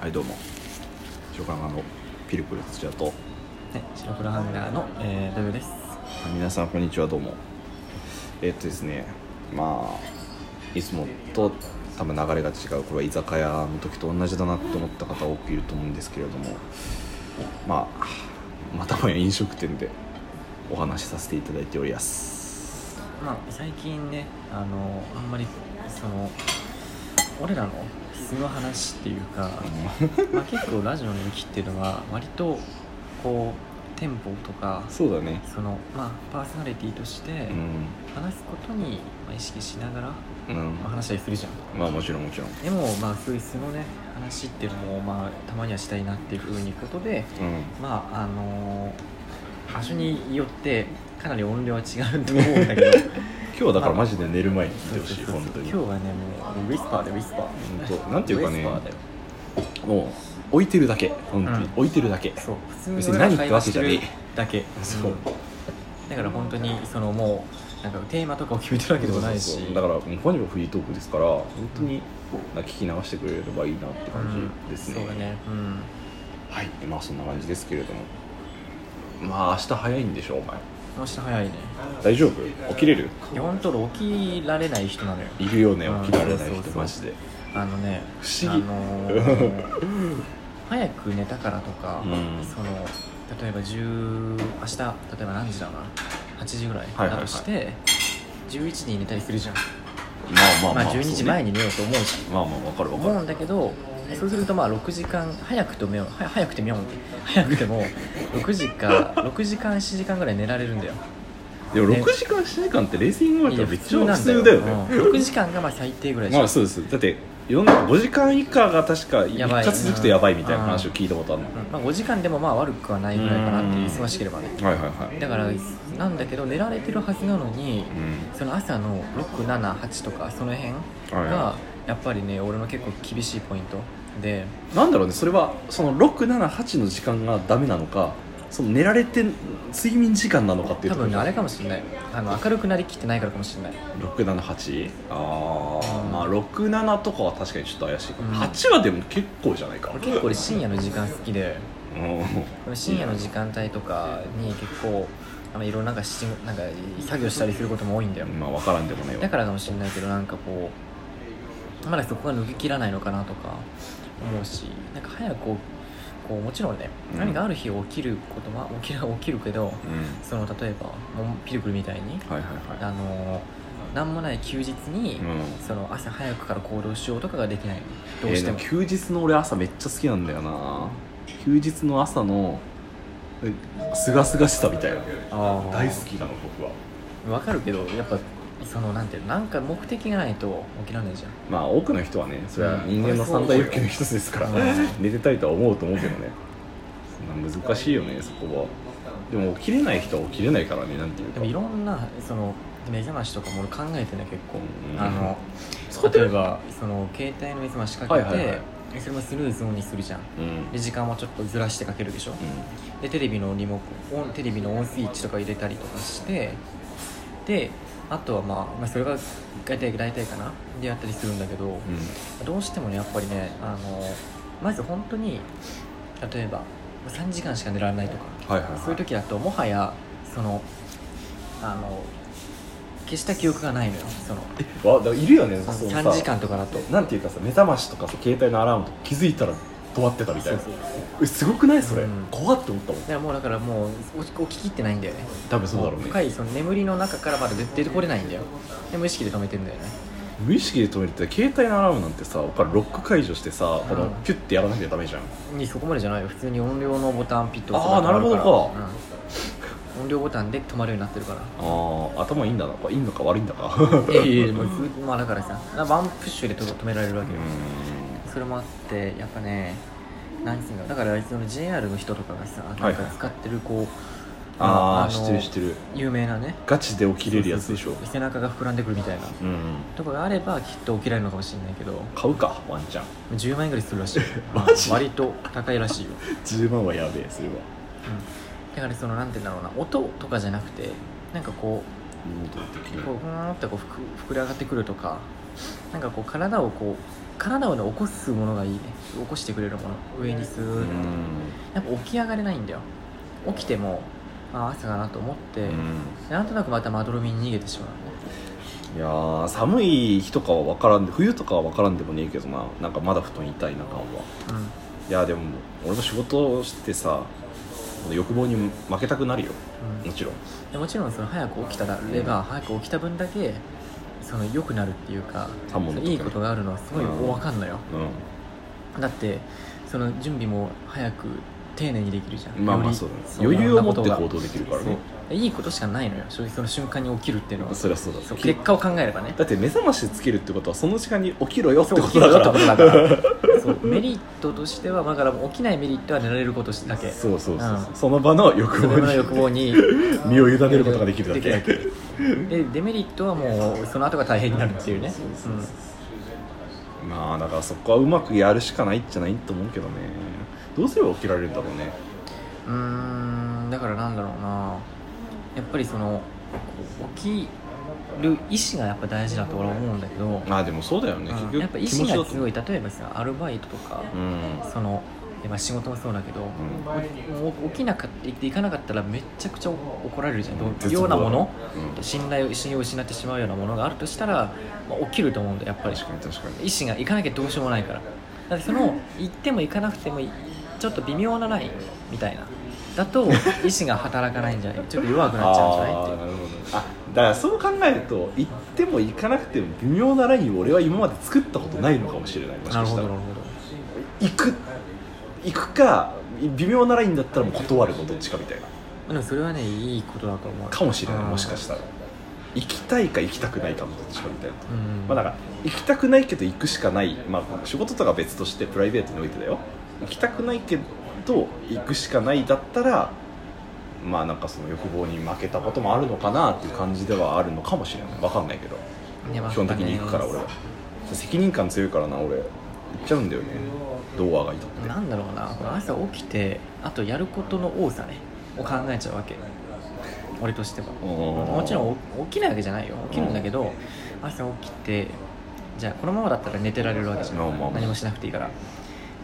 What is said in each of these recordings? はいどうも初回のピルクル土屋と、はい、白黒ハンガーの、えー、ベベです皆さんこんにちはどうもえっとですねまあいつもと多分流れが違うこれは居酒屋の時と同じだなと思った方多くいると思うんですけれどもまあまたもや飲食店でお話しさせていただいておりますまあ最近ねあのあんまりその俺らの素の話っていう か、まあ、結構ラジオの域っていうのは割とこうテンポとかそうだね そのまあパーソナリティとしてうん話すことにまあ意識しながら、うんまあ、話したりするじゃんまあもちろんもちろんでもまあそういう素のね話っていうのもまあたまにはしたいなっていうふうにことでうんまああのー場所によってかなり音量は違うと思うんだけど今日はだからマジで寝る前に聞いてほしいそうそう本そう当に今日はねもうウィスパーでウィスパー本当なんていうかねウィスパーだよもう置いてるだけ本当に、うん置いてるだけそう普通別に何っ会て話わしけじてゃねえるだけそうだから本当にそのもうなんかテーマとかを決めてるわけでもないそしうそうそうだからもうほにもフリートークですから本当になんか聞き流してくれればいいなって感じですね、うんそうだねうんはいまあそんな感じですけれどもまあ明日早いんでしょお前明日早いね大丈夫起きれるいや本当俺起きられない人なのよいるよねうん起きられなそいうそう人そうマジであのね不思議 あのー 早く寝たからとか、うんその例えば10明日例えば何時だろうな8時ぐらいはいはいはいだとして、11時に寝たりするじゃんまあまあままあ、あ12時前に寝ようと思うじゃんまあまあわかるわか思うるんだけどそうするとまあ6時間早くとめようは早くてみようって 早くても6時か6時間7時間ぐらい寝られるんだよでもね6時間7時間ってレーシングマいイやは普別通にな普んだよ通だよねうん6時間がまあ最低ぐらいじゃまんあそうですだって世の中5時間以下が確かやば3い日続くとやばいみたいな話を聞いたことあるのうんまあ、5時間でもまあ悪くはないぐらいかなってうんいう忙しければねはいはいはいだからなんだけど寝られてるはずなのにうんその朝の678とかその辺はいがやっぱりね俺の結構厳しいポイントでなんだろうねそれはその678の時間がダメなのかその寝られて睡眠時間なのかっていう多とこ分ろねあれかもしれないあの明るくなりきってないからかもしれない678ああ、うんまあ67とかは確かにちょっと怪しいかも、うん8はでも結構じゃないか俺結構俺深夜の時間好きでうん深夜の時間帯とかに結構あのいろんななんかしなんか作業したりすることも多いんだよまあ分からんでもないわだからかもしれないけどなんかこうまだそこが抜けきらないのかなとか思うしなんか早くこうこうもちろんねうん何かある日起きることは起きる起きるけどうんその例えばもうピルクルみたいにはいはいはあの何もない休日に、い、うんその朝早くから行動しようとかができないどえうーしてでもも、休日の俺朝めっちゃ好きなんだよな休日の朝のえすがすがしさみたいなあー大好きなの僕はわかるけどやっぱそのなんていうのなんか目的がないと起きられないじゃんまあ多くの人はねそれは人間の三大欲求の一つですから、うん寝てたいとは思うと思うけどねそんな難しいよねそこはでも起きれない人は起きれないからねなんていうでかもいろんなその目覚ましとかも俺考えてね結構、うんあのそうだ例よえばその携帯の目覚ましかけて、はいはいはいそれもスルーズオンにするじゃんうん、うんで時間もちょっとずらしてかけるでしょでテレビのリモコンオンテレビのオンスイッチとか入れたりとかしてであとはまあ、まあ、それが大体大体かなでやったりするんだけどどうしてもねやっぱりねあのまず本当に例えば3時間しか寝られないとかはいはいはいそういう時だともはやそのあの消した記憶がないのよそのわだからいるよねそのさ3時間とかだとなんていうかさ目覚ましとかさ携帯のアラームとか気づいたら止まってたみたいなそうそうえすごくないそれ、うん怖って思ったもんだからもうだからもう起き起ききってないんだよね多分そうだろうもね深いその眠りの中からまだ出出てこれないんだよで無意識で止めてんだよね無意識で止めてた携帯のアラームなんてさからロック解除してさ、このうんピュッてやらなきゃダメじゃんにそこまでじゃないよ普通に音量のボタンピッとあーなるほどかうん、音量ボタンで止まるようになってるからああ頭いいんだなこれいいのか悪いんだかいやい やいやもうずまあだからさワンプッシュでと止められるわけよ、うそれもあってやっぱね何すんだろうだからその JR の人とかがさなんか使ってるこう、んああの知ってる知ってる有名なねガチで起きれるやつでしょそうそうそう背中が膨らんでくるみたいなうんとかがあればきっと起きられるのかもしれないけど買うかワンちゃん10万円ぐらいするらしい マジ割と高いらしいよ、 10万はやべえそれはうん、だからそのなんて言うんだろうな音とかじゃなくてなんかこうこうふわーってこうふく膨れ上がってくるとかなんかこう体をこう体をね起こすものがいいね起こしてくれるもの上にスーうッとやっぱ起き上がれないんだよ起きてもあー朝だなと思って、んなんとなくまたまどろみに逃げてしまうねいやー寒い日とかは分からんで冬とかは分からんでもねえけどななんかまだ布団痛いな感うはいやでも俺も仕事をしてさこの欲望に負けたくなるよん、うんもちろんでもちろんその早く起きたられば、早く起きた分だけその良くなるっていうか三本の時ねいいことがあるのはすごいうん分かんのよ、うだってその準備も早く丁寧にできるじゃんんまあまあそうだね余裕を持って行動動できるからねいいことしかないのよ正直その瞬間に起きるっていうのはそりゃそうだそう結果を考えればねだって目覚ましつけるってことはその時間に起きろよってそうこ起きとるだってかことだらからそうメリットとしてはだから起きないメリットは寝られることだ けそうそうそううそうんその場の欲自望分のに欲望に身を委ねることができるだけできるだけでデメリットはもうその後が大変になるっていうねそうそうそうまあだからそこはうまくやるしかないんじゃないと思うけどねどうすれば起きられるんだろうねうんうーんだからなんだろうなやっぱりそのこう起きる意志がやっぱ大事だと俺は思うんだけど、まあでもそうだよね、結うん局やっぱ意志がだと強い例えばさアルバイトとか、うんそのまあ仕事もそうだけど、もう起きなかった行かなかったらめちゃくちゃ怒られるじゃん、どうようなもの、うん信頼を信用を失ってしまうようなものがあるとしたら、まあ、起きると思うんだよやっぱり確かに確かに意思が行かなきゃどうしようもないからだってその行っても行かなくてもいちょっと微妙なラインみたいなだと意思が働かないんじゃ ないちょっと弱くなっちゃうんじゃないあっーてなるほどあだからそう考えると行っても行かなくても微妙なラインを俺は今まで作ったことないのかもしれないもいうしなかるしほたどらなるほど行く行くか微妙なラインだったらもう断るのどっちかみたいなでもそれはねいいことだと思うかもしれないもしかてしたら行きたいか行きたくないかもどっちかみたいなうんまあ、だから行きたくないけど行くしかない、まあ、仕事とか別としてプライベートにおいてだよ行きたくないけど行くしかないだったらまあなんかその欲望に負けたこともあるのかなっていう感じではあるのかもしれない分かんないけどねまあ基本的に行くから俺は責任感強いからな俺行っちゃうんだよねどうあがいたってなんだろうなこの朝起きてあとやることの多さねを考えちゃうわけ俺としてはももちろんお起きないわけじゃないよ起きるんだけど朝起きてじゃあこのままだったら寝てられるわけじゃんまあまあまあ何もしなくていいから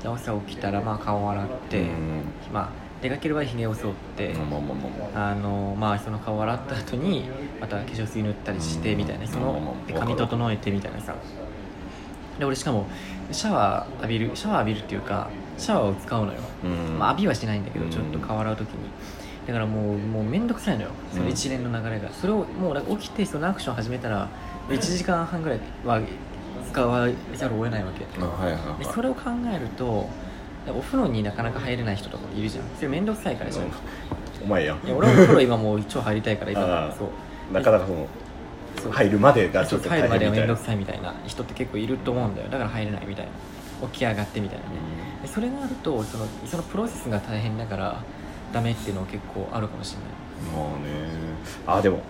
じゃあ朝起きたらまあ顔を洗って、まあ出かける場合ひげを剃って、まあまあまあまああのまあその顔を洗った後にまた化粧水塗ったりしてみたいうなんそまあまあのまあで髪整えてみたいなさで俺しかもシャワー浴びるシャワー浴びるっていうかシャワーを使うのよ、うんまあ、浴びはしないんだけどうんちょっと顔洗う時にだからもうもう面倒くさいのよその一連の流れがそれをもうなんか起きてそのアクション始めたら1時間半ぐらいは使わざるを得ないわけあはいはいではいそれを考えるとお風呂になかなか入れない人とかいるじゃんそれ面倒くさいからじゃんお前やいや俺はお風呂今もう超入りたいからあ今あそうなかなかそのそう入るまでがちちょょっっとと入大る変までみは面たいな倒くさいみたいな人って結構いると思うんだよだから入れないみたいな起き上がってみたいなねでそれがあるとそのそのプロセスが大変だからダメっていうのは結構あるかもしれないまあねあでも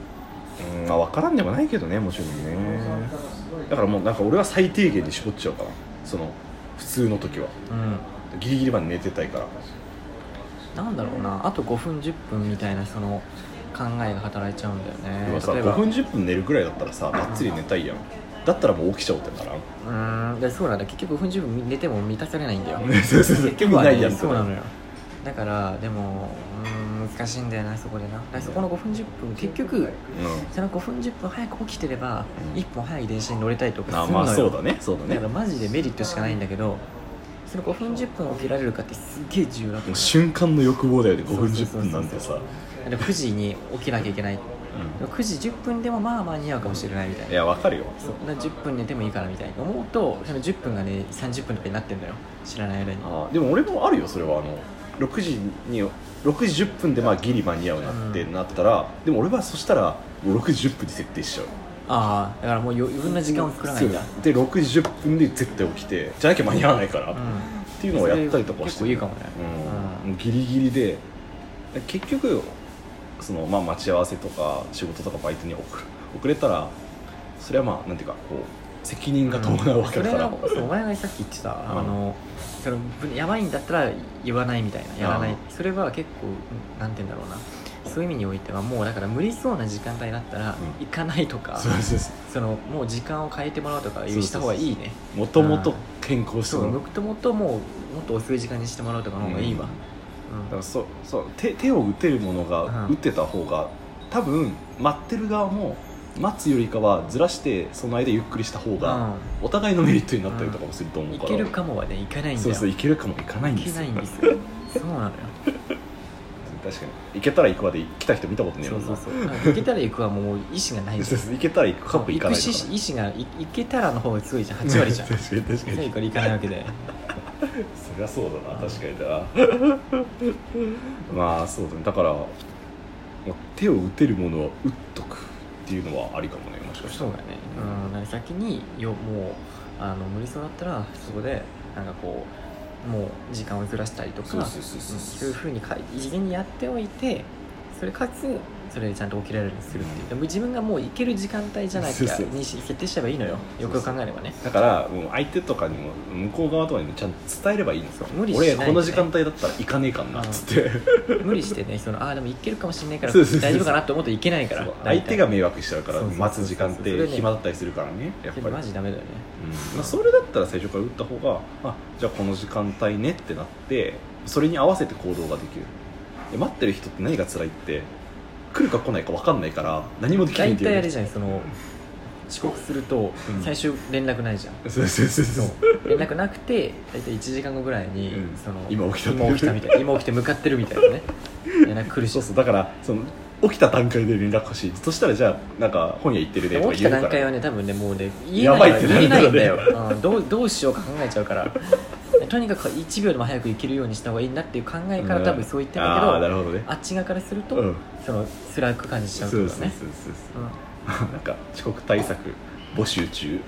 うんまあ分からんでもないけどねもちろんねだからもうなんか俺は最低限に絞っちゃうからその普通の時はうんギリギリまで寝てたいからなんだろうなあと5分10分みたいなその考えが働いちゃうんだよでもねさ例えば5分10分寝るぐらいだったらさばっつり寝たいやんだったらもう起きちゃおうってならんうーんでそうなんだ結局5分10分寝ても満たされないんだよ そうそうそう結局は意味ないやねんそうなのよだからでもうーん難しいんだよなそこでなだからそこの5分10分結局うその5分10分早く起きてれば、うん一1本早い電車に乗れたりとんあかするのまよあそうだねそうだだねからもマジでメリットしかないんだけどその5分10分起きられるかってすげえ重要だとう思瞬間の欲望だよね5そう分そ10うそうそう分なんてさうで9時に起きなきゃいけないでも9時10分でもまあ間に合うかもしれないみたういんいなや分かるよそうな10分寝てもいいからみたいな思うとその10分がね30分とかになってんだよ知らない間にあーでも俺もあるよそれはあの6時に6時10分でまあギリ間に合うなってうんなったら、でも俺はそしたらもう6時10分に設定しちゃうああだからもう余余分な時間を作らないんだそうで6時10分で絶対起きてじゃなきゃ間に合わないから、っうんていうのをやったりとかしてそれ結構いいかもねうんギリギリで結局その、まあ、待ち合わせとか仕事とかバイトに遅れ遅れたらそれはまあなんていうかこう責任が伴うわけだから、それがそうお前がさっき言ってた、んあのそのぶやばいんだったら言わないみたいなやらないあそれは結構うんなんて言うんだろうなそういう意味においてはもうだから無理そうな時間帯だったらう行かないとか、そうそうそうそのもう時間を変えてもらうとかそうそうそうした方がいいねもともと健康してそもうらうもともともうもっと遅い時間にしてもらうとかの方がいいわ、うんだからそうそう手手を打てるものがうん打ってた方が、多分待ってる側も待つよりかはずらしてその間ゆっくりした方が、お互いのメリットになったりとかもするとうん思ういから、けるかもはねいかないんだよそうそういけるかもいかないんいでけすなよいんですよ そうなのよ確かにいけたら行くまで来た人見たことねえそもうんなそうそううんいけたら行くはもう意思がないじそゃうんそういけたら行くかも行かない行とくかし意思がいいけたらの方が強い じゃん8割じゃん確かに確か最に後から行かないわ けでそりゃそうだな確かにだな まあそうだねだからもう手を打てるものは打っとくっていうのはありかもねもしかしたそうらだねうんなんか先によもうあの無理そうだったらそこでなんかこうもう時間をずらしたりとかそうそうそうそううんそういうふうにか事前にやっておいてそれかつそれでちゃんと起きられるようにするっていう、うんでも自分がもう行ける時間帯じゃなきそうゃそうにし設定しちゃえばいいのよよくよく考えれ ばねだからもう相手とかにも向こう側とかにもちゃんと伝えればいいんですよ無理しない俺でねこの時間帯だったら行かねえかんなっつって無理してねそのああでも行けるかもしれないからそうそうそう大丈夫かなと思うといけないからそう大相体手が迷惑しちゃうからそうそうそう待つ時間っそれてね暇だったりするからねやっぱり、うんマジダメだよねまあ、それだったら最初から打った方があじゃあこの時間帯ねってなってそれに合わせて行動ができるで待ってる人って何が辛いって来るか来ないか分かんないから何もできない大っていう体あれねじゃないその遅刻するとうん最終連絡ないじゃん、そうそうそうそうそう連絡なくて大体1時間後ぐらいに、うんその今起きた今起きたみたいな今起きて向かってるみたいなね連絡来るしそうそうだからその起きた段階で連絡欲しいそしたらじゃあなんか本屋行ってるねでともか起き言たうから段階はね多分ねもうね言えやなばいいってな言えるかならいねんだよ、うんどうどうしようか考えちゃうからとにかく1秒でも早く行けるようにした方がいいなっていう考えから多分そう言ってんだけど、ああなるほどねあっち側からすると、うんその辛く感じちそうゃうそうとそうかそうねそううんなんか遅刻対策募集中